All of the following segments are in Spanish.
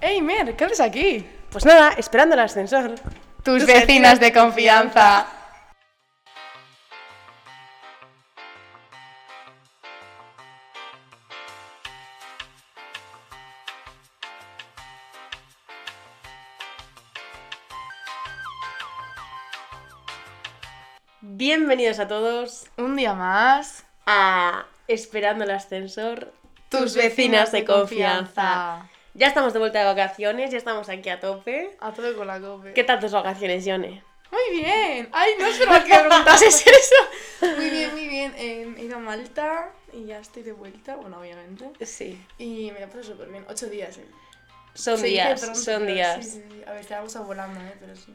¡Hey, Mer! ¿Qué haces aquí? Pues nada, esperando el ascensor. Tus vecinas de confianza. Bienvenidos a todos Un día más. a Esperando el ascensor. Ya estamos de vuelta de vacaciones, ya estamos aquí a tope. A todo con la cope. ¿Qué tal tus vacaciones, Yone? Muy bien. Ay, no esperaba que me preguntases eso. Muy bien, muy bien. Eh, he ido a Malta y ya estoy de vuelta. Bueno, obviamente. Sí. Y me lo pasado súper bien. Ocho días, eh. Son Se dice días, pronto, son pero días. Sí, sí, sí. A ver, te vamos a volando, eh, pero sí.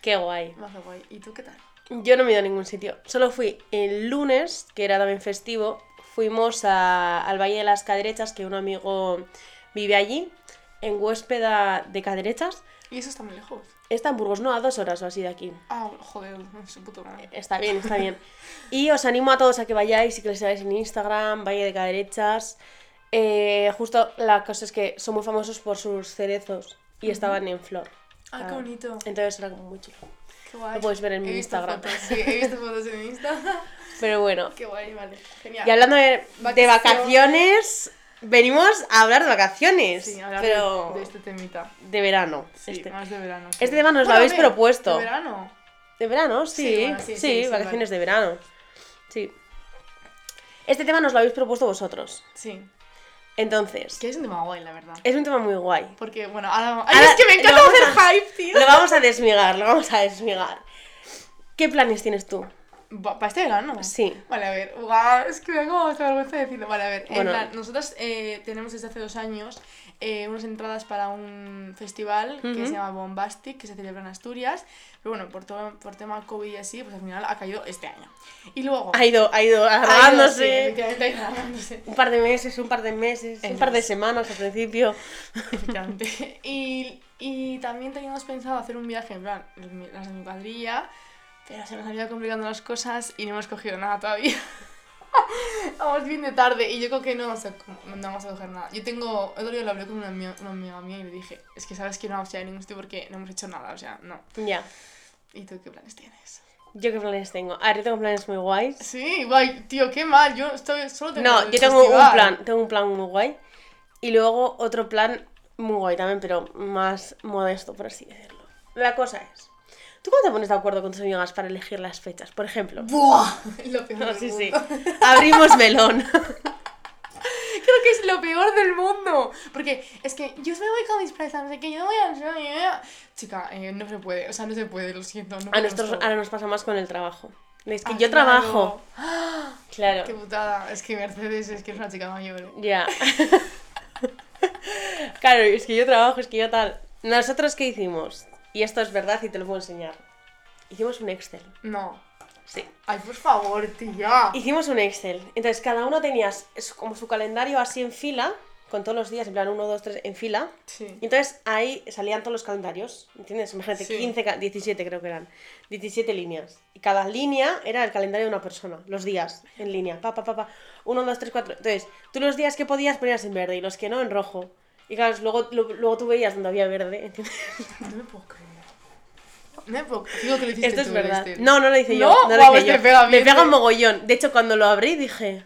Qué guay. Más guay. ¿Y tú qué tal? Yo no me he ido a ningún sitio. Solo fui el lunes, que era también festivo. Fuimos a- al Valle de las Caderechas, que un amigo vive allí, en huéspeda de Caderechas. ¿Y eso está muy lejos? Está en Burgos, no, a dos horas o así de aquí. Ah, joder, no sé, puto madre. Está bien, está bien. Y os animo a todos a que vayáis y que les sigáis en Instagram, Valle de Caderechas. Eh, justo la cosa es que son muy famosos por sus cerezos y estaban en flor. Ah, qué bonito. Entonces era como muy chulo. Qué guay. Lo podéis ver en mi He visto Instagram. fotos, sí, he visto fotos en mi Insta. Pero bueno. Qué guay, vale. Genial. Y hablando de, de Vacaciones. vacaciones, venimos a hablar de vacaciones. Sí, hablar de- pero de, este temita. de verano. Sí, este. más de verano. este tema nos lo habéis a propuesto. De verano. ¿De verano? Sí, sí, Sí, bueno, sí, sí, sí, vacaciones vale. de verano. Sí. Este tema nos lo habéis propuesto vosotros. Sí. Entonces, Que es un tema guay, la verdad. es un tema muy guay. Porque, bueno, ahora... ¡Ay, Ahora es que me lo encanta vamos hacer a- hype, tío! Lo vamos a desmigar, lo vamos a desmigar. ¿Qué planes tienes tú? ¿Para este verano? Sí. Vale, a ver, guau, es que me da como hasta vergüenza decirlo. Vale, a ver, en Bueno. plan, nosotras eh, tenemos desde hace dos años eh, unas entradas para un festival Ujú. que se llama Bombastic, que se celebra en Asturias. Pero bueno, por, todo, por tema COVID y así, pues al final ha caído este año. Y luego... Ha ido, ha ido ha ido, sí, agarrándose. efectivamente, ha ido agarrándose. Un par de meses, un par de meses, un Eso par de es. semanas al principio. Efectivamente. Y, y también teníamos pensado hacer un viaje, en plan, las de mi cuadrilla, pero se nos han ido complicando las cosas y no hemos cogido nada todavía. Vamos bien de tarde y yo creo que no vamos a, co- no vamos a coger nada. Yo tengo, otro día lo hablé con una, ami- una amiga mía y le dije, es que sabes que no vamos a ir a ningún sitio porque no hemos hecho nada, o sea, no. Ya. ¿Y tú qué planes tienes? ¿Yo qué planes tengo? A ver, yo tengo planes muy guays. Sí, guay, tío, qué mal, yo estoy, solo tengo No, el yo tengo un festival. plan, tengo un plan muy guay. Y luego otro plan muy guay también, pero más modesto, por así decirlo. La cosa es, ¿tú cómo te pones de acuerdo con tus amigas para elegir las fechas? Por ejemplo. Buah, lo peor No, del sí, sí. mundo. Abrimos melón. Creo que es lo peor del mundo. Porque es que yo me voy con mis presas, no sé qué, yo me voy a... yo me voy a- Chica, eh, no se puede, o sea, no se puede, lo siento. No A podemos nosotros todo. ahora nos pasa más con el trabajo. Es que Ah, yo claro. trabajo. Qué Claro. putada, es que Mercedes es que es una chica mayor. eh. Ya. claro, es que yo trabajo, es que yo tal. Nosotros qué hicimos? Y esto es verdad y te lo puedo enseñar. Hicimos un Excel. No. Sí. Ay, por favor, tía. Hicimos un Excel. Entonces cada uno tenía s- como su calendario así en fila, con todos los días, en plan 1, 2, 3, en fila. Sí. Y entonces ahí salían todos los calendarios, ¿entiendes? Imagínate, Sí. 15, ca- 17 creo que eran, 17 líneas. Y cada línea era el calendario de una persona, los días en línea, pa, pa, pa, pa, 1, 2, 3, 4. Entonces, tú los días que podías ponías en verde y los que no en rojo. Y claro, luego, lo- luego tú veías donde había verde, ¿entiendes? No me puedo creer. No me puedo creer. Digo que lo hiciste Esto es tú, verdad. Esther. No, no lo hice yo. No, No lo guau, hice es que yo. pega me bien, pega un ¿eh? mogollón. De hecho, cuando lo abrí dije,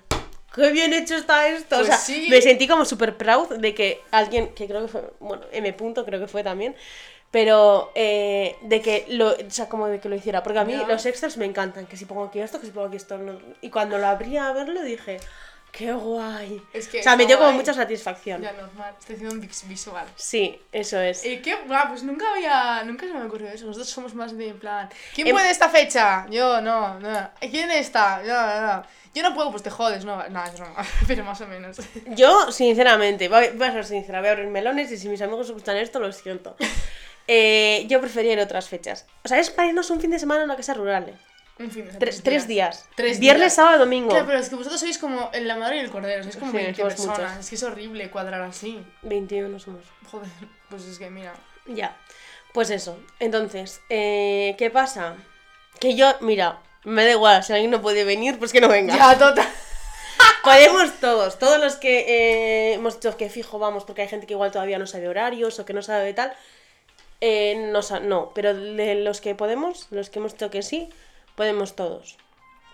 qué bien hecho está esto. o Pues sea, sí. me sentí como súper proud de que alguien, que creo que fue, bueno, M. Punto creo que fue también, pero eh, de que lo, o sea, como de que lo hiciera. Porque a mí Ya. los extras me encantan, que si pongo aquí esto, que si pongo aquí esto. no. Y cuando lo abrí a verlo dije, qué guay. Es que o sea, me está dio como guay. mucha satisfacción. Ya, normal. Estoy haciendo un vis- visual. Sí, eso es. Eh, ¿qué? Buah, pues nunca había. Nunca se me ocurrió eso. Nosotros somos más de en plan. ¿Quién Em- puede esta fecha? Yo, no, no. ¿Quién está? No, no. Yo no puedo, pues te jodes, no. No, es broma. Pero más o menos. Yo, sinceramente, voy voy a ser sincera, voy a abrir melones y si mis amigos escuchan esto, lo siento. Eh, yo prefería ir a otras fechas. O sea, es para irnos un fin de semana a una casa rural. eh. En fin, o sea, Tres, tres días. Tres Viernes, días. sábado, domingo. Claro, pero es que vosotros sois como en la madre y el cordero, sois como Sí, 20 somos personas. muchos. Es que es horrible cuadrar así. 21 somos. Joder, pues es que mira. Ya. Pues eso. Entonces, eh, ¿qué pasa? Que yo, mira, me da igual, si alguien no puede venir, pues que no venga. Ya, total. Podemos todos, todos los que eh, hemos dicho que fijo vamos, porque hay gente que igual todavía no sabe horarios o que no sabe de tal. eh, no, sa- no, pero de los que podemos, los que hemos dicho que sí, podemos todos.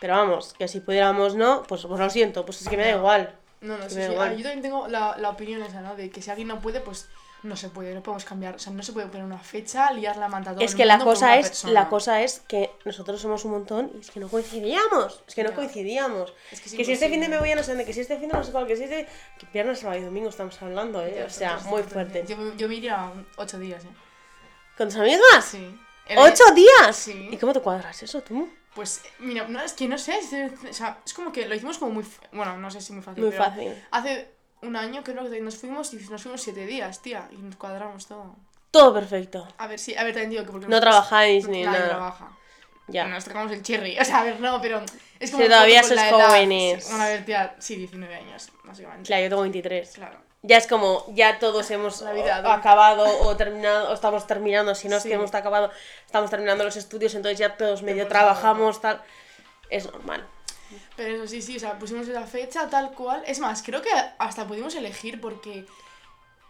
Pero vamos, que si pudiéramos no, pues, pues lo siento, pues es que me da igual. No, no, sí, Me da sí. igual. Ah, yo también tengo la, la opinión esa, ¿no? De que si alguien no puede, pues no se puede, no podemos cambiar. O sea, no se puede poner una fecha, liar la manta a todo Es el que la mundo por cosa una es, persona. la cosa es que nosotros somos un montón y es que no coincidíamos, es que no Ya. coincidíamos. Es Que si este fin de me imposible. voy a no sé dónde, que si este fin de no sé cuál, que si este... Que viernes, sábado y domingo estamos hablando, ¿eh? Ya, O sea, entonces, muy entonces, fuerte. Yo, yo me iría ocho días, ¿eh? ¿Con tus amigas? Sí. El- Ah. ¿Ocho días? Sí. ¿Y cómo te cuadras eso tú? Pues, mira, no, es que no sé. es- o sea, es como que lo hicimos como muy. f- Bueno, no sé si muy fácil. Muy pero fácil. Hace un año creo que nos fuimos y nos fuimos siete días, tía. Y nos cuadramos todo. Todo perfecto. A ver, sí, a ver, también digo que porque. No trabajáis ni Nadie nada. trabaja. Ya. Nos tocamos el cherry. O sea, a ver, no, pero. Es Sí, como un poco todavía con sois la edad, jóvenes. sí. Bueno, a ver, tía, sí, 19 años, básicamente. Claro, yo tengo 23. Claro. Ya es como, ya todos hemos La vida o- adulta. acabado o terminado, o estamos terminando, si no es Sí. que hemos acabado, estamos terminando los estudios, entonces ya todos medio hemos trabajamos, tal. Es normal. Pero eso sí, sí, o sea, pusimos esa fecha tal cual. Es más, creo que hasta pudimos elegir porque.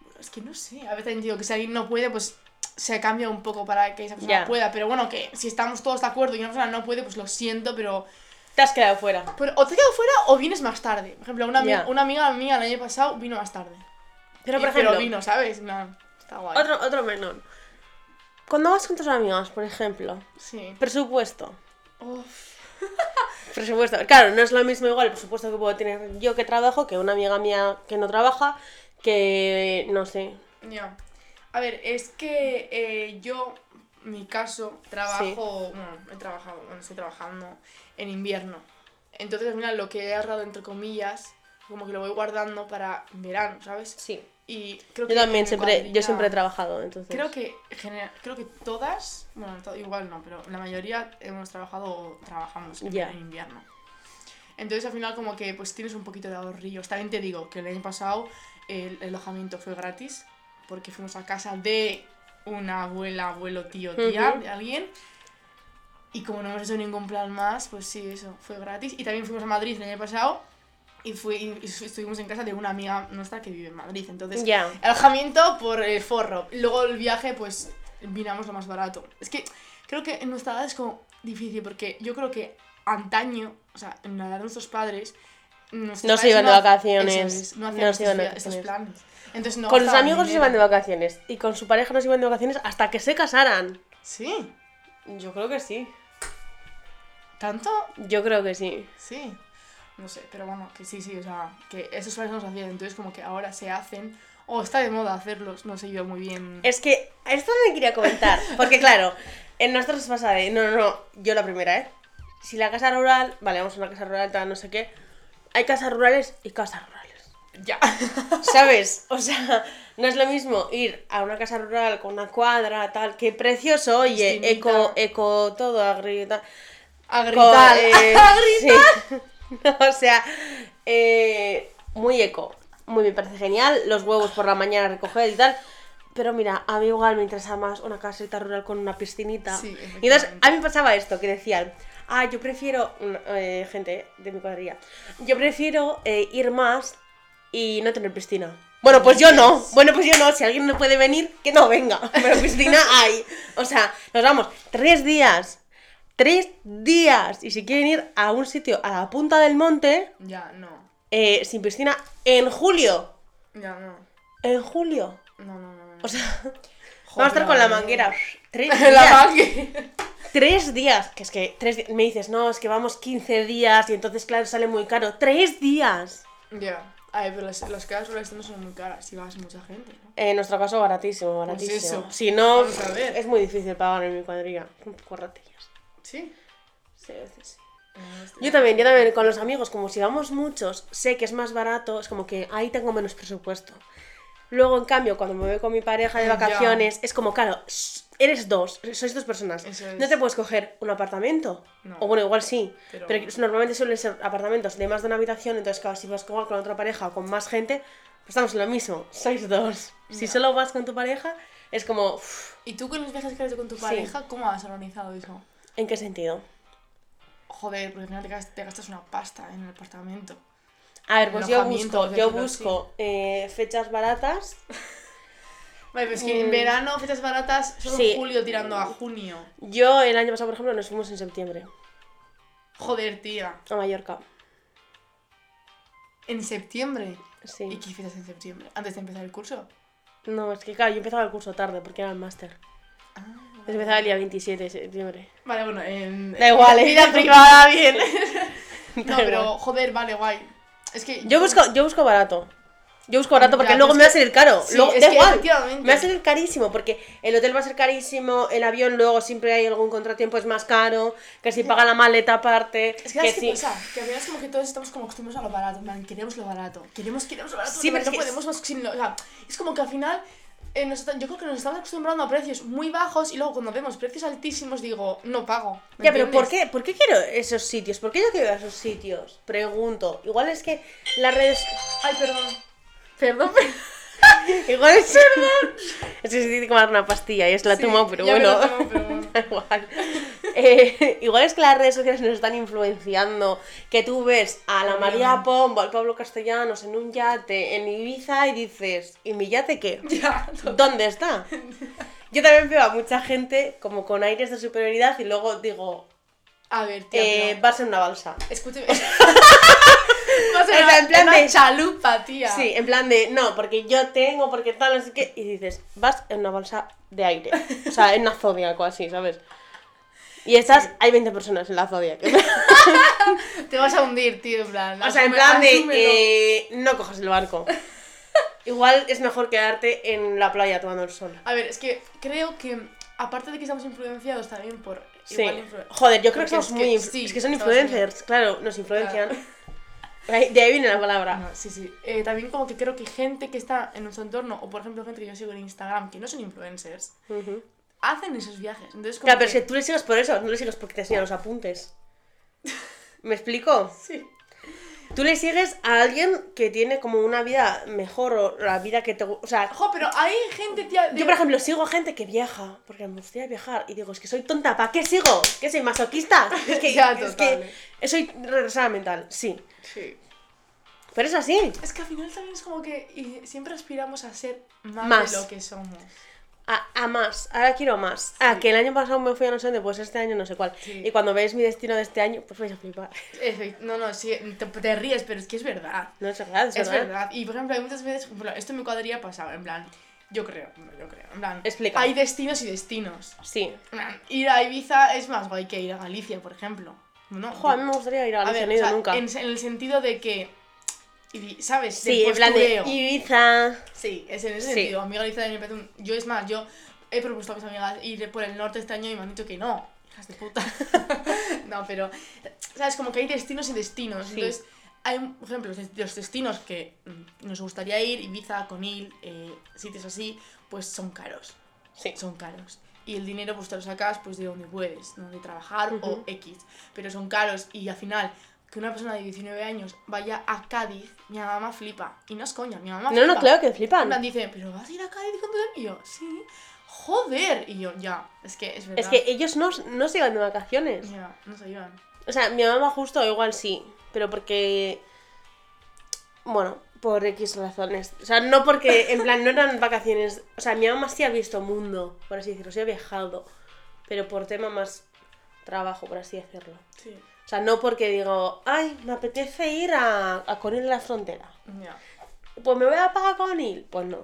Bueno, es que no sé. A veces también digo que si alguien no puede, pues se cambia un poco para que esa persona Ya. pueda. Pero bueno, que si estamos todos de acuerdo y una persona no puede, pues lo siento, pero. Te has quedado fuera. pero o te quedas fuera o vienes más tarde. Por ejemplo, una, ami- Ya. una amiga mía el año pasado vino más tarde. Pero Y- por ejemplo, vino, ¿sabes? En plan, está guay. otro, otro menor. Cuando vas con tus amigos, por ejemplo, Sí. presupuesto. Uf, Presupuesto. Claro, no es lo mismo igual el presupuesto que puedo tener yo que trabajo que una amiga mía que no trabaja, que no sé. ya. A ver, es que eh, yo, mi caso, trabajo. Bueno, he trabajado, bueno, estoy trabajando en invierno. Entonces, al final, lo que he ahorrado, entre comillas, como que lo voy guardando para verano, ¿sabes? Sí. Y creo que. Yo también mi siempre, yo cuadrilla- siempre he trabajado, entonces. Creo que, genera- creo que todas, bueno, to- igual no, pero la mayoría hemos trabajado o trabajamos en, Ya. en invierno. Entonces al final como que pues tienes un poquito de ahorrillos. También te digo que el año pasado el, el alojamiento fue gratis porque fuimos a casa de una abuela, abuelo, tío, tía, Ujú. de alguien. Y como no hemos hecho ningún plan más, pues sí, eso, fue gratis. Y también fuimos a Madrid el año pasado y, fui, y- y estuvimos en casa de una amiga nuestra que vive en Madrid. Entonces Ya. alojamiento por el forro. Luego el viaje, pues vinamos lo más barato. Es que creo que en nuestra edad es como difícil porque yo creo que antaño, o sea, en la edad de nuestros padres, nuestros No se padres iban de vacaciones, eso es, no hacían no se estos, iban de via- estos vacaciones. planes. Entonces no con sus gastaban amigos se dinero. iban de vacaciones y con su pareja no se iban de vacaciones hasta que se casaran. Sí, Yo creo que sí. tanto, Yo creo que sí. sí. No sé, pero bueno, que sí, sí, o sea, que esos planes no se hacían, entonces como que ahora se hacen, o está de moda hacerlos, no sé yo muy bien. Es que esto me quería comentar, porque claro, en nosotros pasa de, no, no, no, yo la primera, ¿eh? Si la casa rural, vale, vamos a una casa rural, tal, no sé qué, hay casas rurales y casas rurales. Ya. ¿Sabes? O sea, no es lo mismo ir a una casa rural con una cuadra, tal, que precioso, oye, Piscinita. eco, eco, todo, agri, tal. A Con, gritar. eh, A sí. o sea, eh, muy eco. Muy me parece genial. Los huevos por la mañana recoger y tal. Pero mira, a mí igual me interesa más una caseta rural con una piscinita. Sí, y entonces, efectivamente. a mí me pasaba esto, que decían, ah, yo prefiero, mm, eh, gente de mi cuadrilla, yo prefiero eh, ir más y no tener piscina. Bueno, pues yo no. Bueno, pues yo no. Si alguien no puede venir, que no venga. Pero piscina hay. O sea, nos vamos tres días. Tres días. Y si quieren ir a un sitio a la punta del monte, Ya, no. eh, sin piscina, en julio. Ya, no. En julio. No, no, no. no. O sea, vamos a Joder, estar con la madre. manguera. Tres la días. mangue. Tres días. Que es que tres di- me dices, no, es que vamos 15 días y entonces, claro, sale muy caro. Tres días. Ya. A ver, pero las, las casas rurales no son muy caras si vas mucha gente, ¿no? En nuestro caso, baratísimo, baratísimo. Pues eso. Si no, Vamos a ver. es muy difícil pagar en mi cuadrilla. Un poco ratillas. Sí. Sí, a veces sí. No, este- Yo también, yo también, con los amigos, como si vamos muchos, sé que es más barato, es como que ahí tengo menos presupuesto. Luego, en cambio, cuando me voy con mi pareja de Ya. vacaciones, es como, claro, s- eres dos, sois dos personas. Eso es. No te puedes coger un apartamento. No. O bueno, igual sí. Pero... Pero- normalmente suelen ser apartamentos de más de una habitación, entonces, claro, si vas igual con otra pareja o con más gente, pues estamos en lo mismo, sois dos. Si Ya. solo vas con tu pareja, es como, uff, ¿Y tú con los viajes que has hecho con tu Sí. pareja, cómo has organizado eso? ¿en qué sentido? Joder, porque al final te gas- te gastas una pasta en el apartamento. A ver, pues yo Alojamiento, busco, yo decirlo busco eh, fechas baratas. Vale, pues que Mm. en verano, fechas baratas, son Sí. julio tirando a junio. Yo el año pasado, por ejemplo, nos fuimos en septiembre Joder, tía. a Mallorca. En septiembre. ¿Y Sí. qué fechas en septiembre? Antes de empezar el curso. No, es que claro, yo empezaba el curso tarde porque era el máster. Ah, Yo Empezaba el día 27 de septiembre. Vale, bueno, en. Da igual, en ¿eh? Vida privada, bien. Da No, igual. pero joder, vale, guay. Es que. Yo busco, yo busco barato. Yo busco barato porque Ya, luego es me va a que- salir caro. Sí, luego, es da que igual. efectivamente. Me va a salir carísimo porque el hotel va a ser carísimo, el avión luego siempre hay algún contratiempo es más caro, que si paga la maleta aparte, Es que, que ¿sabes qué si... pasa? Que al final es como que todos estamos como acostumbrados a lo barato, en plan, queremos lo barato, queremos, queremos lo barato, Sí, no- pero es no que- podemos más sin lo- o sea, es como que al final, eh, nos está- yo creo que nos estamos acostumbrando a precios muy bajos y luego cuando vemos precios altísimos digo, no pago. ¿me Ya, pero ¿por entiendes? qué? ¿por qué quiero esos sitios? ¿Por qué yo quiero esos sitios? Pregunto. Igual es que las redes... Ay, perdón. Perdón, perdón. Igual es... es que se tiene que tomar una pastilla y es la Sí, tomo, pero ya me bueno. la tomo, pero bueno. Da igual. Eh, igual es que las redes sociales nos están influenciando. Que tú ves a la María Pombo, al Pablo Castellanos en un yate en Ibiza y dices, ¿y mi yate qué? Ya, to- ¿Dónde está? Yo también veo a mucha gente como con aires de superioridad y luego digo, A ver, tío. eh, vas en una balsa. Escúcheme. Vas a O sea, una- en plan una de- chalupa, tía. Sí, en plan de, no, porque yo tengo, porque tal, así que... Y dices, vas en una balsa de aire. O sea, en una zodiaco así, ¿sabes? Y estás, hay 20 personas en la zodiaco. Te vas a hundir, tío, en plan. O sea, en asume- plan de asúmelo. eh, no cojas el barco. Igual es mejor quedarte en la playa tomando el sol. A ver, es que creo que, aparte de que estamos influenciados también por... Sí. igual influ- Joder, yo creo que Porque somos es que muy. inf- sí, es que son estamos influencers, claro, nos influencian. Ahí- De ahí viene la palabra. No, sí, sí. Eh, también como que creo que gente que está en nuestro entorno, o por ejemplo gente que yo sigo en Instagram, que no son influencers, Ujú. hacen esos viajes. Entonces como Claro, pero es que que- tú le sigues por eso, no le sigues porque te enseñan los apuntes. ¿Me explico? Sí. Tú le sigues a alguien que tiene como una vida mejor o la vida que te. gu- O sea, Jo, pero hay gente, tía... de- Yo, por ejemplo, sigo a gente que viaja, porque me gustaría viajar, y digo, es que soy tonta, ¿para qué sigo? ¿Que soy masoquista? Es que, Ya, es total. que soy retrasada mental, sí. Sí. Pero es así. Es que al final también es como que y siempre aspiramos a ser más, Más. de lo que somos. A, a más, ahora quiero más. Ah, que el año pasado me fui a no sé dónde, pues este año no sé cuál. Sí. Y cuando veis mi destino de este año, pues vais a flipar. Efe- No, no, sí, te, te ríes, pero es que es verdad. No es verdad, es, Es verdad. verdad. Y por ejemplo, hay muchas veces, por ejemplo, esto en mi cuadrilla ha pasado, en plan, yo creo, no, yo creo, en plan, Explica. hay destinos y destinos. Sí. En plan, Ir a Ibiza es más guay que ir a Galicia, por ejemplo. No, Ojo, a mí me gustaría ir a Galicia, no he ido o sea, nunca. En, en el sentido de que, y- ¿sabes? Sí, Del en plan de postureo. Ibiza. Sí, es en ese Sí. sentido. A mí Galicia también me parece un- Yo, es más, yo he propuesto a mis amigas ir por el norte este año y me han dicho que no. Hijas de puta. no, pero. ¿Sabes? Como que hay destinos y destinos. Sí. Entonces, hay, por ejemplo, los- los destinos que mm, nos gustaría ir, Ibiza, Conil, eh, sitios así, pues son caros. Sí. Son caros. Y el dinero pues te lo sacas pues de donde puedes, donde trabajar Ujú. o X. Pero son caros y al final que una persona de 19 años vaya a Cádiz, mi mamá flipa. Y no es coña, mi mamá No, flipa. no, claro que En plan, flipan. dicen, ¿pero vas a ir a Cádiz con tu novio?". Y yo, sí. Joder. Y yo, ya. Es que es verdad. Es que ellos no, no se iban de vacaciones. Ya, no se iban. O sea, mi mamá justo igual sí, pero porque... Bueno, por X razones. O sea, no porque, en plan, no eran vacaciones. O sea, mi mamá sí ha visto mundo, por así decirlo, sí ha viajado, pero por tema más trabajo, por así decirlo. Sí. O sea, no porque digo, ay, me apetece ir a, a Conil de la Frontera. Ya. Pues me voy a pagar Conil. Pues no,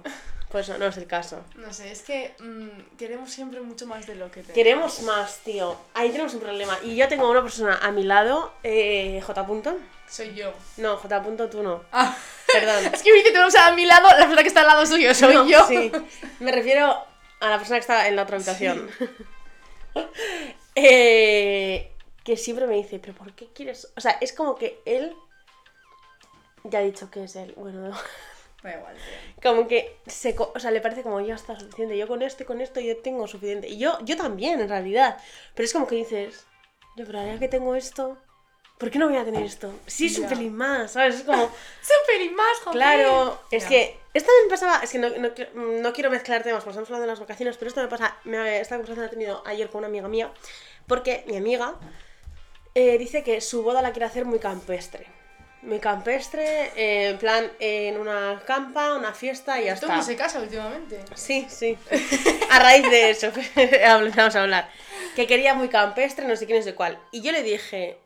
pues no, no es el caso. No sé, es que mm, queremos siempre mucho más de lo que tenemos. Queremos más, tío. Ahí tenemos un problema. Y yo tengo una persona a mi lado, eh, J. punto. Soy yo. No, J. punto, tú no. Ah, Perdón. es que me dice, tenemos a mi lado, la persona que está al lado suyo soy No, yo. Sí. Me refiero a la persona que está en la otra habitación. Eh, que siempre me dice, pero ¿por qué quieres? O sea, es como que él ya ha dicho que es él. Bueno, no. Da igual, tío. como que se, co- o sea, le parece como ya está suficiente. Yo con esto y con esto yo tengo suficiente. Y yo, yo también, en realidad. Pero es como que dices, yo, pero ahora que tengo esto, ¿por qué no voy a tener esto? Sí, es un Ya. pelín más, ¿sabes? Es como. Súper y más, joder. Claro, es Ya. que esto también pasaba, es que no, no qui- no quiero mezclar temas, porque estamos hablando de las vacaciones, pero esto me pasa, me- esta conversación la he tenido ayer con una amiga mía, porque mi amiga eh, dice que su boda la quiere hacer muy campestre. Mi campestre, eh, en plan, en una campa, una fiesta y ya Todo el está. mundo se casa últimamente. Sí, sí. A raíz de eso empezamos a hablar. Que quería muy campestre, no sé quién, no sé cuál. Y yo le dije,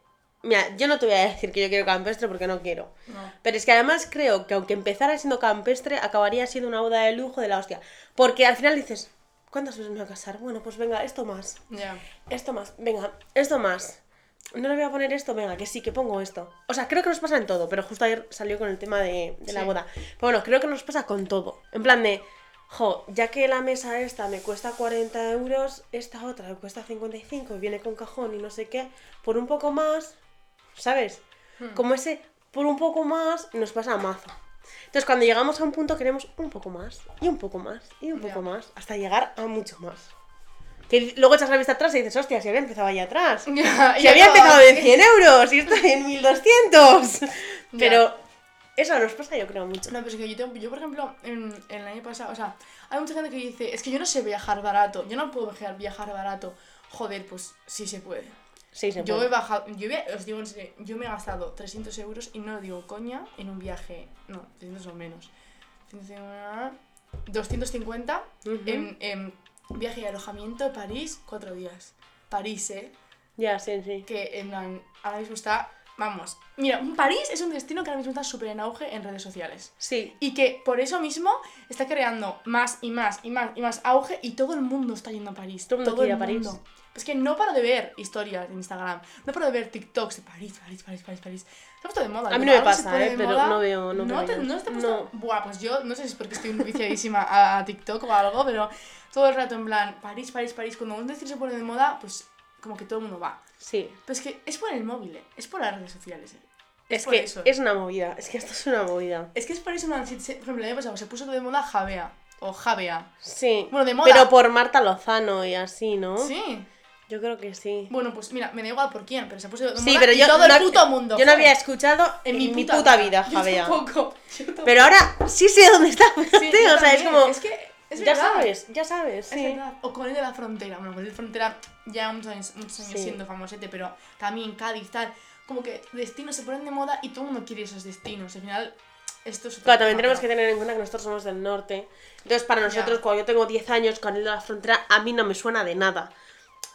mira, yo no te voy a decir que yo quiero campestre porque no quiero. No. Pero es que además creo que aunque empezara siendo campestre, acabaría siendo una boda de lujo de la hostia. Porque al final dices, ¿cuántas veces me voy a casar? Bueno, pues venga, esto más. Ya. Esto más, venga, esto más. No le voy a poner esto, venga, que sí, que pongo esto. O sea, creo que nos pasa en todo, pero justo ayer salió con el tema de, de la Sí. boda. Pero bueno, creo que nos pasa con todo. En plan de, jo, ya que la mesa esta me cuesta 40 euros, esta otra me cuesta 55 y viene con cajón y no sé qué, por un poco más, ¿sabes? Hmm. Como ese, por un poco más, nos pasa a mazo. Entonces, cuando llegamos a un punto, queremos un poco más, y un poco más, y un Ya. poco más, hasta llegar a mucho más. Que luego echas la vista atrás y dices, hostia, si había empezado allá atrás. Ya, Si ya había no. empezado en 100 euros y estoy en 1200. Pero eso nos pasa, yo creo, mucho. No, pero es que yo, tengo- yo, por ejemplo, en, en el año pasado, o sea, hay mucha gente que dice, es que yo no sé viajar barato, yo no puedo viajar, viajar barato. Joder, pues sí se puede. Sí, se Yo puede. he bajado, yo he- os digo en serio, yo me he gastado 300 euros y no lo digo coña en un viaje, no, 300 o menos. 350, 250 Ujú. en, en viaje y alojamiento, París, cuatro días. París, ¿eh? Ya, sí, sí. que en plan, ahora mismo está, vamos, mira, París es un destino que ahora mismo está súper en auge en redes sociales. Sí. Y que por eso mismo está creando más y más y más y más auge y todo el mundo está yendo a París. Todo el mundo quiere ir a mundo. Es que no paro de ver historias en Instagram, no paro de ver TikToks de París, París, París, París, París. Se ha puesto de moda. A mí ¿no? no me Algo se pasa, pone ¿eh? de Pero moda. no veo- no veo te, yo. no te gusta? No. Buah, pues yo no sé si es porque estoy viciadísima a, a TikTok o algo, pero todo el rato en plan, París, París, París. Cuando un destino se pone de moda, pues como que todo el mundo va. Sí. Pero es que es por el móvil, ¿eh? es por las redes sociales. ¿eh? Es por que eso. es una movida. Es que esto es una movida. Es que es por eso, man, si- si- por ejemplo, el año pasado se puso de moda Javea o Javea. Sí. Bueno, de moda. Pero por Marta Lozano y así, ¿no? Sí. Yo creo que sí. Bueno, pues mira, me da igual por quién, pero se puso de moda Sí, pero y yo todo no, el puto mundo. yo no joder. había escuchado en mi puta, vida, Yo Javea. tampoco. Yo tampoco. Pero ahora sí sé dónde está, Sí, fíjate, yo o sea, es también. como... Es que. Es ya verdad. sabes, ya sabes, Es sí. verdad. O con el de la frontera. Bueno, con el de la frontera ya muchos años, muchos años Sí. siendo famosete, pero también Cádiz, tal. Como que destinos se ponen de moda y todo el mundo quiere esos destinos. Al final, esto es. otro Claro, también tema, tenemos que pero- tener en cuenta que nosotros somos del norte. Entonces, para nosotros, Ya. cuando yo tengo 10 años, Canel de la Frontera, a mí no me suena de nada.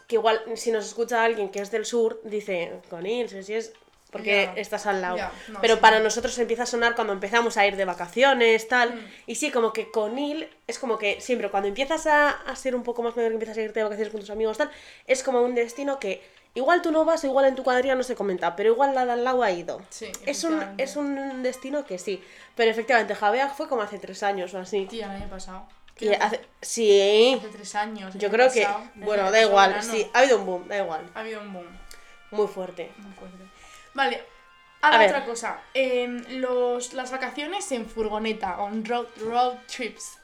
Que igual, si nos escucha alguien que es del sur, dice, Conil, si es porque Ya. estás al lado. Ya, no, Pero sí. para nosotros empieza a sonar cuando empezamos a ir de vacaciones, tal. Mm. Y sí, como que Conil es como que siempre, cuando empiezas a, a ser un poco más mayor, que empiezas a irte de vacaciones con tus amigos, tal, es como un destino que igual tú no vas, igual en tu cuadrilla no se comenta, pero igual la de al lado ha ido. Sí, Es un, efectivamente. es un destino que sí. Pero efectivamente, Javea fue como hace tres años o así. Tía, el año pasado. Y hace- sí. Hace tres años. el Yo año creo que. pasado, el Bueno, año da pasado, igual. verano. Sí, ha habido un boom, da igual. Ha habido un boom. Muy fuerte. Muy fuerte. Vale. Ahora A ver. otra cosa. Em, los, las vacaciones en furgoneta, on road, road trips.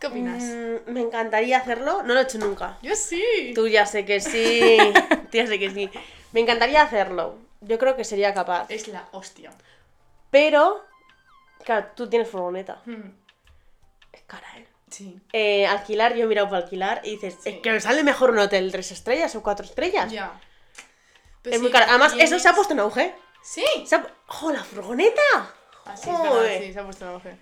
¿Qué opinas? Mm, me encantaría hacerlo. No lo he hecho nunca. Yo sí. Tú ya sé que sí. Tú ya sé que sí. Me encantaría hacerlo. Yo creo que sería capaz. Es la hostia. Pero. Claro, tú tienes furgoneta. Mm, Es cara, ¿eh? Sí. Eh, alquilar, yo he mirado para alquilar y dices, Sí. es que me sale mejor un hotel tres estrellas o cuatro estrellas. Ya. Pero Es sí, muy caro. Además, eso se ha tienes- puesto en auge. Sí. Se ha... ¡Jo, la furgoneta! Así es verdad, Joder. sí, se ha puesto en auge.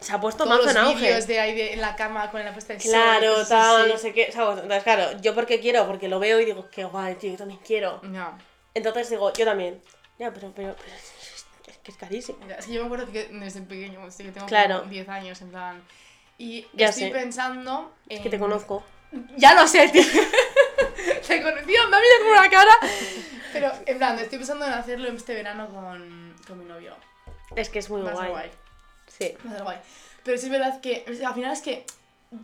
Se ha puesto Todos más en los auge. vídeos de ahí de, en la cama con la puesta de sol, Claro, cosas tal, así. no sé qué. se ha puesto. Entonces, claro, yo porque quiero, porque lo veo y digo, qué guay, tío, yo también quiero. Ya. Entonces digo, yo también. Ya, pero, pero, pero es que es carísimo. Ya, Es que yo me acuerdo que desde pequeño, desde que tengo Claro. como 10 años, en plan. Y Ya estoy sé. pensando. Es que te conozco. Ya lo sé, tío. te conocí, me ha mirado con una cara. Pero, en plan, estoy pensando en hacerlo este verano con, con mi novio. Es que es muy Va a guay. ser guay. Sí. Va a ser guay. Pero sí es verdad que, o sea, al final es que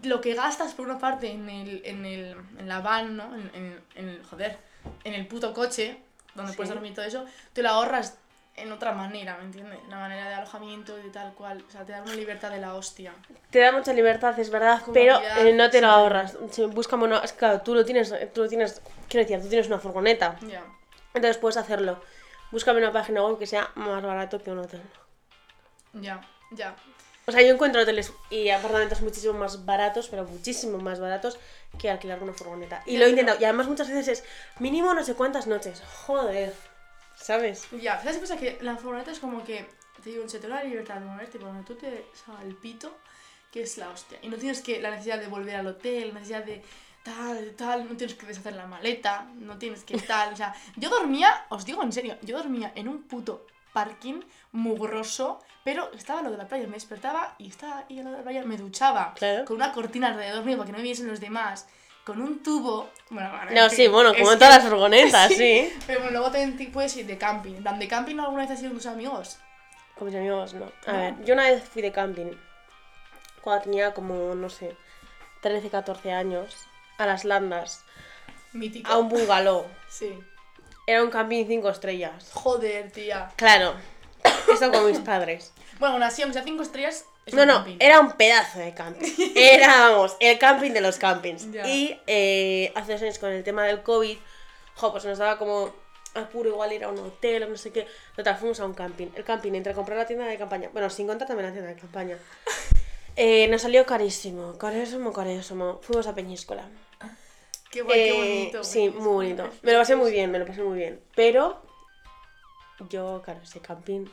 lo que gastas por una parte en el, en el, en la van, ¿no? En, en, en el, joder, en el puto coche, donde Sí. puedes dormir y todo eso, te lo ahorras en otra manera, ¿me entiendes? La manera de alojamiento y de tal cual. O sea, te da una libertad de la hostia. Te da mucha libertad, es verdad, pero Comodidad, eh, no te lo sí. ahorras. Si busca mono- es que, claro, tú lo tienes, eh, tú lo tienes, quiero decir, tú tienes una furgoneta. Ya. Entonces puedes hacerlo. Búscame una página web que sea más barato que un hotel. Ya, ya. O sea, yo encuentro hoteles y apartamentos muchísimo más baratos, pero muchísimo más baratos que alquilar una furgoneta. Y Ya, lo he pero- intentado. Y además muchas veces es mínimo no sé cuántas noches. Joder. ¿sabes? Pues Ya, ¿sabes qué pasa? Que la furgoneta es como que te digo, se te da la libertad de moverte por donde tú te salpito, que es la hostia. Y no tienes que la necesidad de volver al hotel, la necesidad de tal, de tal, no tienes que deshacer la maleta, no tienes que tal. O sea, yo dormía, os digo en serio, yo dormía en un puto parking mugroso, pero estaba lo de la playa, me despertaba y estaba ahí a lo de la playa, me duchaba Claro. con una cortina alrededor mío para que no me viesen los demás, con un tubo. Bueno, bueno, en No, fin, sí, bueno, como es en todas que- las furgonetas, sí. Pero bueno, luego también te puedes ir de camping. ¿Dan de camping alguna vez has ido con tus amigos? Con mis amigos, no. A No. ver, yo una vez fui de camping. Cuando tenía como, no sé, 13, 14 años. A las Landas. Mítico. A un bungalow. Sí. Era un camping 5 estrellas. Joder, tía. Claro. Esto con mis padres. Bueno, una acción, o sea, cinco estrellas. es No, un no, camping. era un pedazo de camping. Era, vamos, el camping de los campings. Ya. Y eh, hace dos años con el tema del COVID, jo, pues nos daba como apuro igual ir a un hotel o no sé qué. Total, fuimos a un camping. El camping, entre comprar la tienda de campaña. Bueno, sin contar también la tienda de campaña. Eh, nos salió carísimo, carísimo, carísimo. Fuimos a Peñíscola. Qué guay, qué Eh, bonito. güey. Sí, Es muy como- bonito. Me lo pasé muy bien, me lo pasé muy bien. Pero yo, claro, ese camping...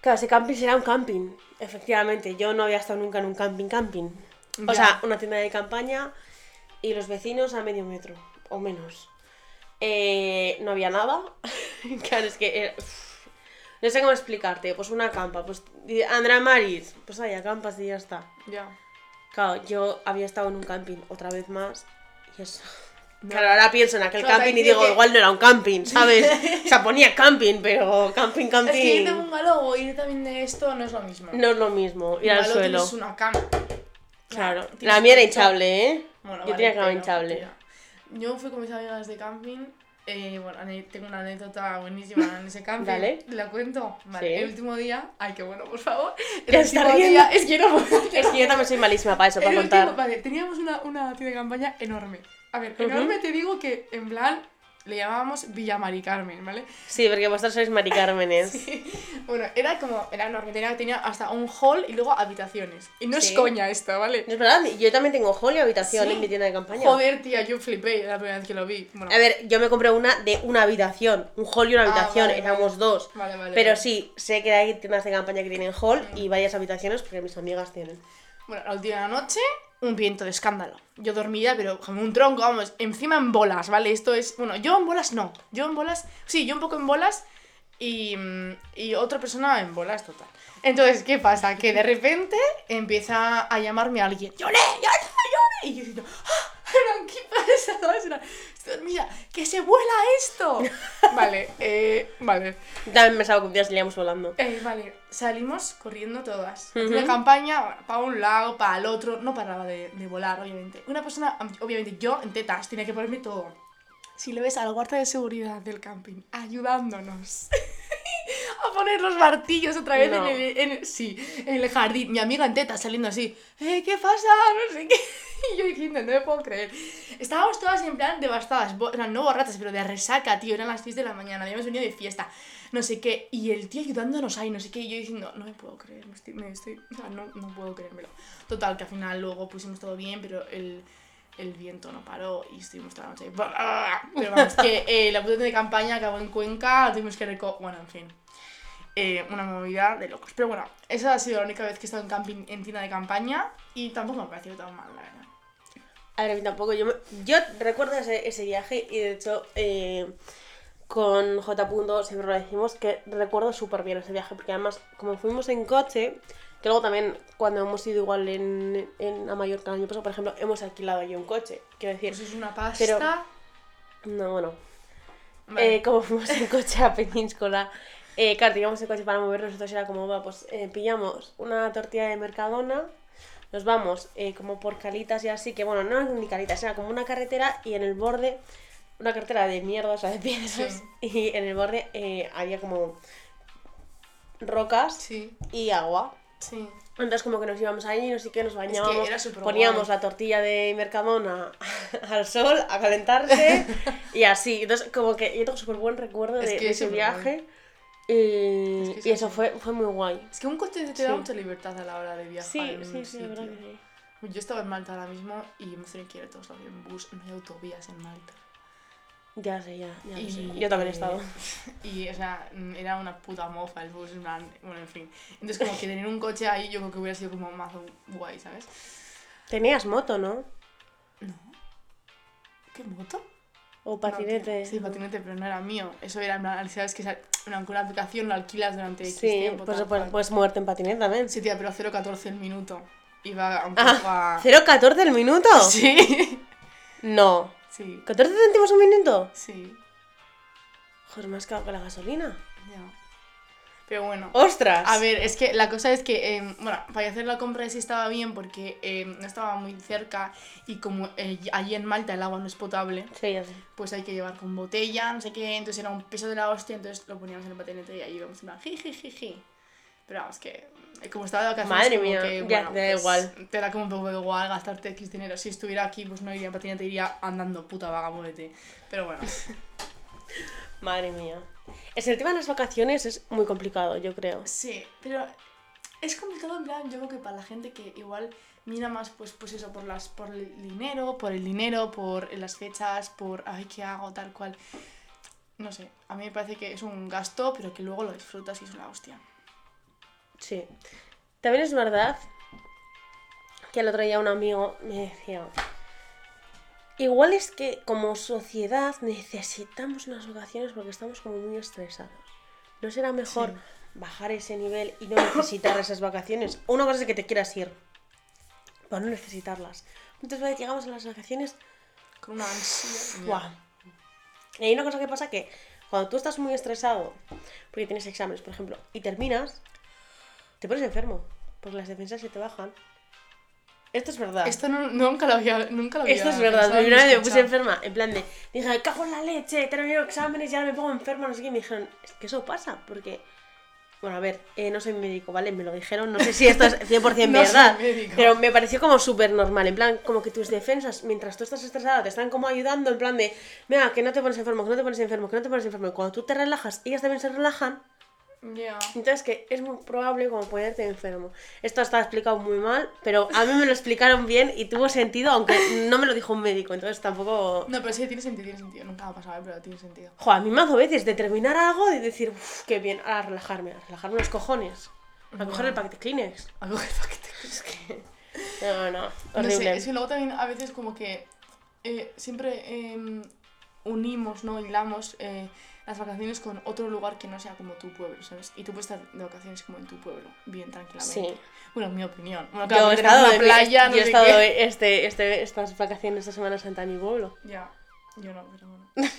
Claro, ese camping será un camping. Efectivamente, yo no había estado nunca en un camping camping. O Ya. sea, una tienda de campaña y los vecinos a medio metro o menos. Eh, no había nada. claro, es que... era- uf. No sé cómo explicarte. Pues una campa. Pues di- Andrá Maris. Pues hay acampas y ya está. Ya. Claro, yo había estado en un camping otra vez más y eso. No. Claro, ahora pienso en aquel Claro, camping y quiero digo, que- igual no era un camping, ¿sabes? o sea, ponía camping, pero camping, Es que camping. ir de bungalow o ir también de esto no es lo mismo. No es lo mismo, ir al Bungalow suelo. tienes una cama. Claro, tienes la mía era colchón. hinchable, ¿eh? Bueno, Yo vale, tenía cama pero, hinchable. tía, Yo fui con mis amigas de camping. eh, bueno, ane- tengo una anécdota buenísima en ese camping. Dale. ¿La cuento? Vale. Sí. El último día. Ay, qué bueno, por favor. El Ya está último riendo. día. Es que no puedo. Es que yo también soy malísima para eso, El para último- contar. vale, teníamos una, una tienda de campaña enorme. A ver, Ujú. enorme te digo que en plan le llamábamos Villa Mari Carmen, ¿vale? Sí, porque vosotros sois Mari Cármenes. Bueno, era como, era enorme, tenía, tenía hasta un hall y luego habitaciones. Y no Sí. es coña esta, ¿vale? No es verdad, yo también tengo hall y habitación Sí. en mi tienda de campaña. Joder, tía, yo flipé la primera vez que lo vi. Bueno, A ver, yo me compré una de una habitación, un hall y una Ah, habitación, vale, éramos vale. dos. vale, vale. Pero vale. sí, sé que hay tiendas de campaña que tienen hall y varias habitaciones porque mis amigas tienen. Bueno, la última noche, un viento de escándalo. Yo dormida, pero como un tronco, vamos, encima en bolas, ¿vale? Esto es. Bueno, yo en bolas no. Yo en bolas. Sí, yo un poco en bolas y, mm, y otra persona en bolas total. Entonces, ¿qué pasa? Que de repente empieza a llamarme alguien. ¡Lloré! ¡Lloré! ¡Lloré! Y yo diciendo. ¡Ah! Eran, ¿Qué pasa? ¿Sabes? Era, "Estoy dormida, ¡Que se vuela esto! vale, eh, vale. También pensaba que un día salíamos volando. Eh, vale, salimos corriendo todas. Ujú. La campaña para un lado, para el otro, no paraba de, de volar, obviamente. Una persona, obviamente yo en tetas, tenía que ponerme todo. Si le ves al guardia de seguridad del camping ayudándonos a poner los martillos otra vez No. en, el, en el- sí, en el jardín, mi amiga en tetas saliendo así, "Eh, ¿qué pasa? No sé qué. Y yo diciendo, no me puedo creer. Estábamos todas en plan devastadas, bo- eran no borrachas, pero de resaca, tío, eran las 6 de la mañana, habíamos venido de fiesta, no sé qué, y el tío ayudándonos ahí, no sé qué, y yo diciendo, no me puedo creer, me estoy, me estoy- o sea, no, no puedo creérmelo. Total, que al final luego pusimos todo bien, pero el, el viento no paró y estuvimos toda la noche. ahí, Pero vamos, que eh, la puta tienda de campaña acabó en Cuenca, tuvimos que reco... Bueno, en fin. Eh, una movida de locos. Pero bueno, esa ha sido la única vez que he estado en, camping, en tienda de campaña y tampoco me ha parecido tan mal, la verdad. A ver, a mí tampoco. Yo, me- yo recuerdo ese, ese viaje y de hecho eh, con J. Punto siempre lo decimos que recuerdo súper bien ese viaje porque además como fuimos en coche, que luego también cuando hemos ido igual en, en a Mallorca el año pasado, por ejemplo, hemos alquilado yo un coche. Quiero decir, Eso Pues es una pasta. Pero- no, bueno, Vale. Eh, como fuimos en coche a Peñíscola, eh, claro, teníamos el coche para movernos, entonces era como, va, pues eh, pillamos una tortilla de Mercadona, nos vamos eh, como por calitas y así, que bueno, no eran ni calitas, era como una carretera y en el borde, una carretera de mierda, o sea, de piedras, y en el borde eh, había como rocas Sí, y agua. sí. Entonces como que nos íbamos ahí, no sé qué, nos bañábamos, era superguay. poníamos la tortilla de Mercadona al sol, a calentarse y así. Entonces como que yo tengo súper buen recuerdo de, Es que de es ese superguay. viaje y, Es que es y eso así. fue, fue muy guay. Es que un coche te da Sí. mucha libertad a la hora de viajar. Sí, en sí, un sí, la verdad sitio. que sí. Yo estaba en Malta ahora mismo y hemos tenido que ir a todos lados en bus, no hay autovías en Malta. Ya sé, ya, ya lo Y- sé. Yo también he estado. Y, o sea, mm, era una puta mofa el bus, en plan, bueno, en fin. Entonces, como que tener un coche ahí, yo creo que hubiera sido como mazo guay, ¿sabes? Tenías moto, ¿no? ¿Qué moto? O No, patinete. tío. sí, patinete, pero no era mío. Eso era, en plan, sabes que sa- bueno, con una aplicación lo alquilas durante X Sí, tiempo. pues, tal, pues, cual. pues muerte en patinete también. Sí, tía, pero 0,14 el minuto. Iba un poco Ah, a... 0,14 el minuto. Sí. No. Sí. ¿14 céntimos un minuto? Sí. Joder, más caro que la gasolina. Ya. Pero bueno. ¡Ostras! A ver, es que la cosa es que, eh, bueno, para hacer la compra sí estaba bien porque eh, no estaba muy cerca y como eh, allí en Malta el agua no es potable, Sí, ya sé. pues hay que llevar con botella, no sé qué, entonces era un peso de la hostia, entonces lo poníamos en el patinete y ahí íbamos en plan, jijijiji. Pero vamos, que eh, como estaba de vacaciones, Madre como mía, que, ya, bueno, te da pues, igual. Te da como un poco de igual gastarte X dinero. Si estuviera aquí, pues no iría en patinete, iría andando, puta vagabondete. Pero bueno, Madre mía. Es el tema de las vacaciones es muy complicado, yo creo. Sí, pero es complicado en plan, yo creo que para la gente que igual mira más pues pues eso por las por el dinero, por el dinero, por las fechas, por ay qué hago tal cual. No sé, a mí me parece que es un gasto, pero que luego lo disfrutas y es una hostia. Sí. También es verdad que el otro día un amigo me decía, igual es que como sociedad necesitamos unas vacaciones porque estamos como muy estresados. ¿No será mejor Sí. bajar ese nivel y no necesitar esas vacaciones? Una cosa es que te quieras ir, pero no necesitarlas. Entonces vale, llegamos a las vacaciones Con una ansia. ya. Buah. Y hay una cosa que pasa que cuando tú estás muy estresado, porque tienes exámenes, por ejemplo, y terminas, te pones enfermo, porque las defensas se te bajan. Esto es verdad. Esto, Esto no- nunca lo había nunca lo había es verdad. pensado porque ni Una vez me puse escuchado. enferma, en plan de, dije, "Me cago en la leche, termino exámenes y ahora me pongo enferma, no sé qué. Y me dijeron, es que eso pasa, porque... Bueno, a ver, eh, no soy médico, ¿vale? Me lo dijeron, no sé si esto es 100% No soy verdad, médico. pero me pareció como súper normal, en plan, como que tus defensas, mientras tú estás estresada, te están como ayudando, en plan de, mira, que no te pones enfermo, que no te pones enfermo, que no te pones enfermo, y cuando tú te relajas, ellas también se relajan, Ya. entonces que es muy probable como ponerte enfermo. Esto está explicado muy mal, pero a mí me lo explicaron bien y tuvo sentido, aunque no me lo dijo un médico, entonces tampoco... No, pero sí tiene sentido, tiene sentido. Nunca me ha pasado, ¿eh? pero tiene sentido. Jo, a mí mazo veces de terminar algo y decir, uff, qué bien, a relajarme, a relajarme los cojones, a coger el paquete Kleenex. Algo que paquete. Es que... No, no, No horrible. sé, es que luego también a veces como que eh, siempre eh, unimos, ¿no? Hilamos eh, las vacaciones con otro lugar que no sea como tu pueblo, ¿sabes? Y tú puedes estar de vacaciones como en tu pueblo, bien tranquilamente. Sí. Bueno, en mi opinión. Bueno, Yo claro, he porque tenemos estado, una en- playa, no yo he sé estado qué. este, este, estas vacaciones esta Semana Santa en mi pueblo. Ya, yo no, pero bueno.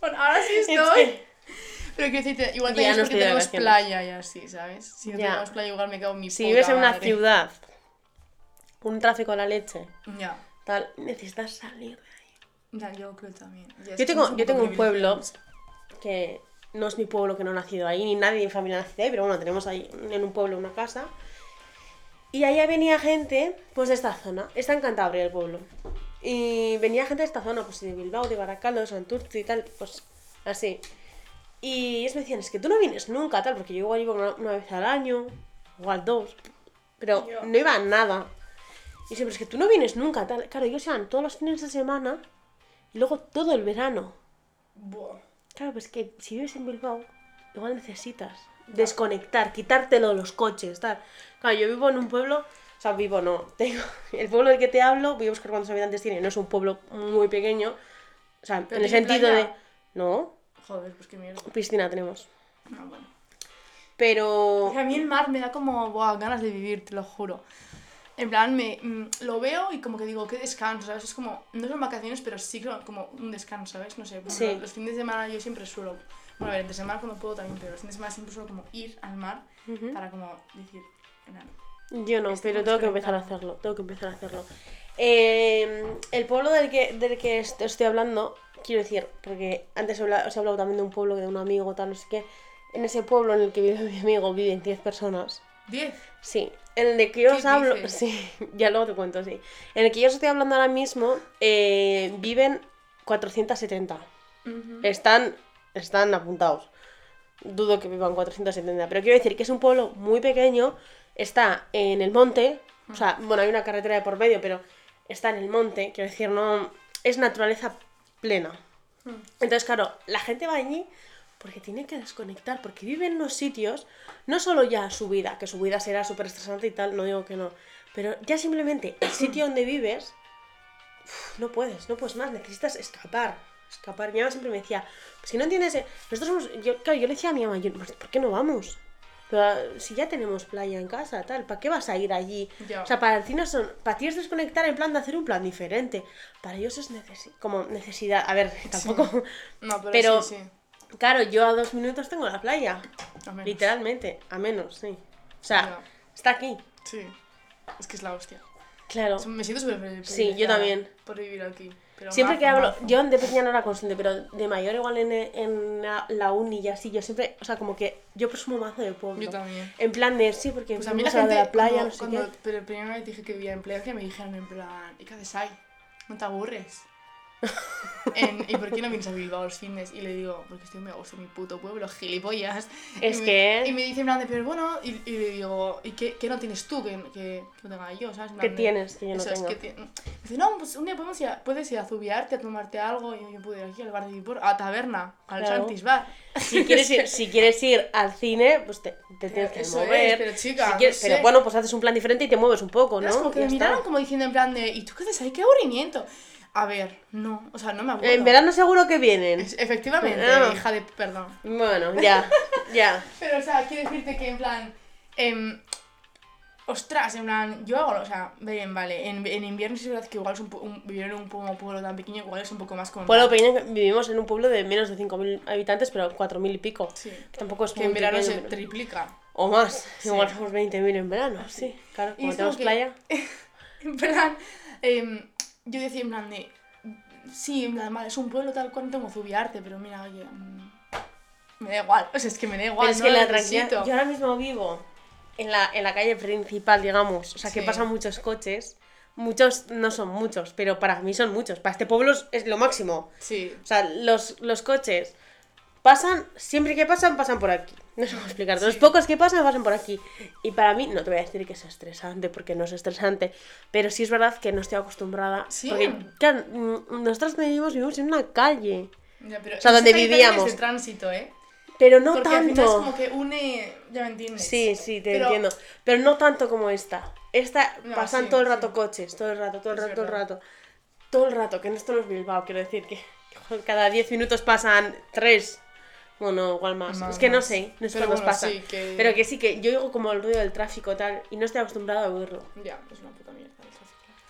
bueno, ahora sí estoy. que- Pero quiero decirte, igual Yo ya también es no porque estoy de tenemos vacaciones. playa y así, ¿sabes? Si no Ya. tenemos playa, igual me quedo en mi Si puta vives en una madre. ciudad con un tráfico a la leche, Ya. tal, necesitas salir de ahí. Ya, yo creo también. Ya, Yo es tengo, como yo tengo un pueblo privilegiados. que no es mi pueblo que no he nacido ahí, ni nadie de mi familia ha nacido ahí, pero bueno, tenemos ahí en un pueblo una casa. Y allá venía gente, pues de esta zona, está en Cantabria el pueblo. Y venía gente de esta zona, pues de Bilbao, de Baracaldo, de Santurce y tal, pues así. Y ellos me decían, es que tú no vienes nunca, tal, porque yo igual iba una, una vez al año, igual dos, pero Yo. no iba a nada. Y siempre, es que tú no vienes nunca, tal. Claro, ellos iban todos los fines de semana y luego todo el verano. Buah. Claro, pues que si vives en Bilbao, igual necesitas desconectar, quitártelo de los coches, tal. Claro, yo vivo en un pueblo, o sea, vivo no, tengo el pueblo del que te hablo, voy a buscar cuántos habitantes tiene, no es un pueblo muy pequeño, o sea, Pero en el tiene sentido playa. de... No, Joder, pues qué mierda. piscina tenemos. No, bueno. Pero... Porque a mí el mar me da como buah, ganas de vivir, te lo juro. En plan, me, mm, lo veo y como que digo, qué descanso, ¿sabes? Es como, no son vacaciones, pero sí que como un descanso, ¿sabes? No sé, por Sí. ejemplo, los fines de semana yo siempre suelo, bueno, a ver, entre semana cuando puedo también, pero los fines de semana siempre suelo como ir al mar Ujú. para como decir, en plan, Yo no, Estamos pero tengo que empezar a conectados. hacerlo. Tengo que empezar a hacerlo. Eh, el pueblo del que, del que est- estoy hablando, quiero decir, porque antes he habla- os he hablado también de un pueblo, de un amigo, tal, no sé qué. En ese pueblo en el que vive mi amigo viven 10 personas. 10. Sí, en el de que yo ¿Qué os hablo. dices? Sí, ya luego te cuento, sí. En el que yo os estoy hablando ahora mismo, eh, viven 470. Están, están apuntados. Dudo que vivan 470, pero quiero decir que es un pueblo muy pequeño, está en el monte, o sea, bueno, hay una carretera de por medio, pero está en el monte, quiero decir, no es naturaleza plena, Mm. Entonces, claro, la gente va allí porque tiene que desconectar, porque vive en unos sitios, no solo ya su vida, que su vida será súper estresante y tal, no digo que no, pero ya simplemente el sitio donde vives, uf, no puedes, no puedes más, necesitas escapar, escapar. Mi mamá siempre me decía, "Pues si no tienes... Nosotros somos... Yo, claro, yo le decía a mi mamá, yo, "Pues, ¿por qué no vamos? Pero, si ya tenemos playa en casa, tal, ¿para qué vas a ir allí? Ya. O sea, para ti, no son, para ti es desconectar en plan de hacer un plan diferente. Para ellos es necesi- como necesidad. A ver, tampoco. No, pero, Pero- sí, sí. Claro, yo a dos minutos tengo la playa. al menos. Literalmente, a menos, sí. O sea, Ya. está aquí. Sí. Es que es la hostia. Claro. Me siento súper privilegiada Oh. Sí, yo también. Por vivir aquí. Pero Siempre mazo, que hablo, mazo. yo de pequeña no era consciente, pero de mayor igual en, en la, la uni y así, yo siempre, o sea, como que yo presumo mazo de pueblo. Yo también. En plan de, sí, porque Pues a mí la fuimos a gente. de la playa, cuando, no sé cuando- qué. Pero primero vez dije que vivía en Plencia, me dijeron en plan, ¿y qué haces ahí? No te aburres. En- ¿Y por qué no vienes a Bilbao los fines? Y le digo, porque estoy muy a gusto en mi puto pueblo, gilipollas. Es y me- que- y me dice en plan de, pero bueno, y, y le digo, ¿y qué, qué no tienes tú que, que, que no tenga yo? ¿sabes? En ¿Qué plan de- tienes que yo no Eso es, tengo? que ti- Dice, no, pues un día podemos ir a- puedes ir a zubiarte, a tomarte algo. Y yo puedo ir aquí al bar de Vipor, a Taberna, al Claro. Santis Bar. Si quieres, ir, si quieres ir al cine, pues te, te tienes que Eso es, mover. pero chica, Si quieres- no pero sé. bueno, pues haces un plan diferente y te mueves un poco, ¿no? Es como que Ya me está. miraron como diciendo en plan de, ¿y tú qué haces ahí? ¡Qué aburrimiento! A ver, no, o sea, no me aburro. En verano seguro que vienen. Es- Efectivamente, Ah. hija de... Perdón. Bueno, ya, ya. Pero, o sea, quiero decirte que en plan... em, ostras, en plan, yo hago, o sea, bien, vale, en, en invierno sí es verdad que igual es un, pu- un- vivir en un pu- pueblo tan pequeño igual es un poco más como... en Pueblo plan- pequeño, vivimos en un pueblo de menos de 5.000 habitantes, pero 4.000 y pico. Sí, Que Tampoco es que en muy verano pequeño, se pero- triplica. O más. Sí. Ah, Igual somos 20.000 en verano, sí. Claro, Y como es como tenemos que- playa. En plan, em, yo decía en plan de. Sí, en plan, vale, es un pueblo tal cual, no tengo Zubiarte, pero mira, oye. mm, Me da igual, o sea, es que me da igual. Pero es no que lo la necesito. tranquilidad. Yo ahora mismo vivo en la, en la calle principal, digamos. O sea, que Sí. pasan muchos coches. Muchos, no son muchos, pero para mí son muchos. Para este pueblo es- es lo máximo. Sí, O sea, los, los coches pasan, siempre que pasan, pasan por aquí. No sé cómo explicar. Los Sí. pocos que pasan, pasan por aquí. Y para mí, no te voy a decir que es estresante, porque no es estresante, pero sí es verdad que no estoy acostumbrada. Sí. Porque, claro, mm, nosotros vivimos, vivimos en una calle, ya, pero. O sea, donde esa calle también vivíamos. Es de tránsito, ¿eh? pero no Porque al tanto. final es como que une. Ya me entiendes. Sí, sí, te Pues Pero- entiendo. Pero no tanto como esta. Esta No, pasan sí, todo el sí. rato coches, todo el rato, todo el Es rato, todo el verdad. rato. Todo el rato, que en esto no es Bilbao, quiero decir que, que, joder, cada 10 minutos pasan 3. Bueno, igual más. Más, es que no más. sé, no sé Pero cuántos bueno, pasan. sí, que- Pero que sí, que yo oigo como el ruido del tráfico tal, y no estoy acostumbrado a oírlo. Ya, es una puta mierda el tráfico.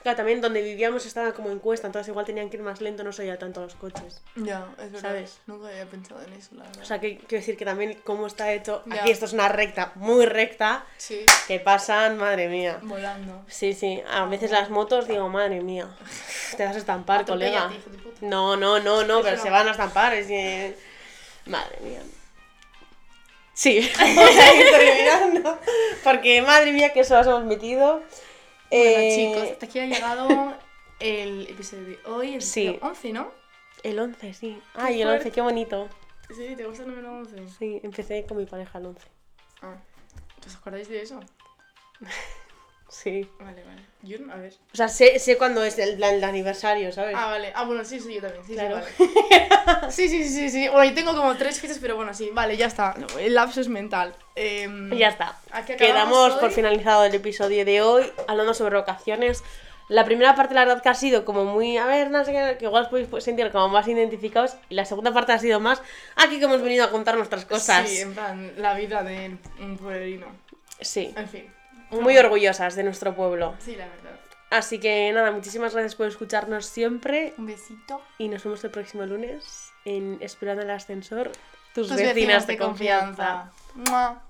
Claro, también donde vivíamos estaba como en cuesta, entonces igual tenían que ir más lento, no se oía tanto los coches. Ya, es verdad. ¿Sabes? Nunca había pensado en eso, la verdad. O sea, que quiero decir que también como está hecho, Ya. aquí esto es una recta, muy recta, sí, que pasan, madre mía. volando. Sí, sí. A veces las motos digo, madre mía, te vas a estampar, colega. Atropéllate, hijo de puta. No, no, no, no, Eso pero no. se van a estampar. Es que... Madre mía. Sí, vamos a ir terminando. Porque madre mía, que eso os hemos metido. Eh, Bueno, chicos, hasta aquí ha llegado el episodio de hoy, el Sí. episodio 11, ¿no? El 11, sí. Ay, el fuerte. 11, qué bonito. Sí, ¿te gusta el número 11? Sí, empecé con mi pareja el 11. Ah, ¿os acordáis de eso? Sí. Vale, vale. Yo, no- a ver. O sea, sé, sé cuándo es el, el aniversario, ¿sabes? Ah, vale. Ah, bueno, sí, sí, yo también. Sí, Claro. sí, vale. sí, sí, sí, sí. Bueno, yo tengo como tres fechas, pero bueno, sí. Vale, ya está. El lapsus mental. Em, Ya está. Aquí acabamos Quedamos por hoy. finalizado el episodio de hoy hablando sobre vocaciones. La primera parte, la verdad, que ha sido como muy. A ver, no sé qué, que igual os podéis pues, sentir como más identificados. Y la segunda parte ha sido más. Aquí que hemos venido a contar nuestras cosas. Sí, Sí, en plan, la vida de un pueblerino. En fin. muy orgullosas de nuestro pueblo. Sí, la verdad. Así que nada, muchísimas gracias por escucharnos siempre. Un besito. Y nos vemos el próximo lunes en Esperando el Ascensor. Tus, Tus vecinas, vecinas de confianza. Mua.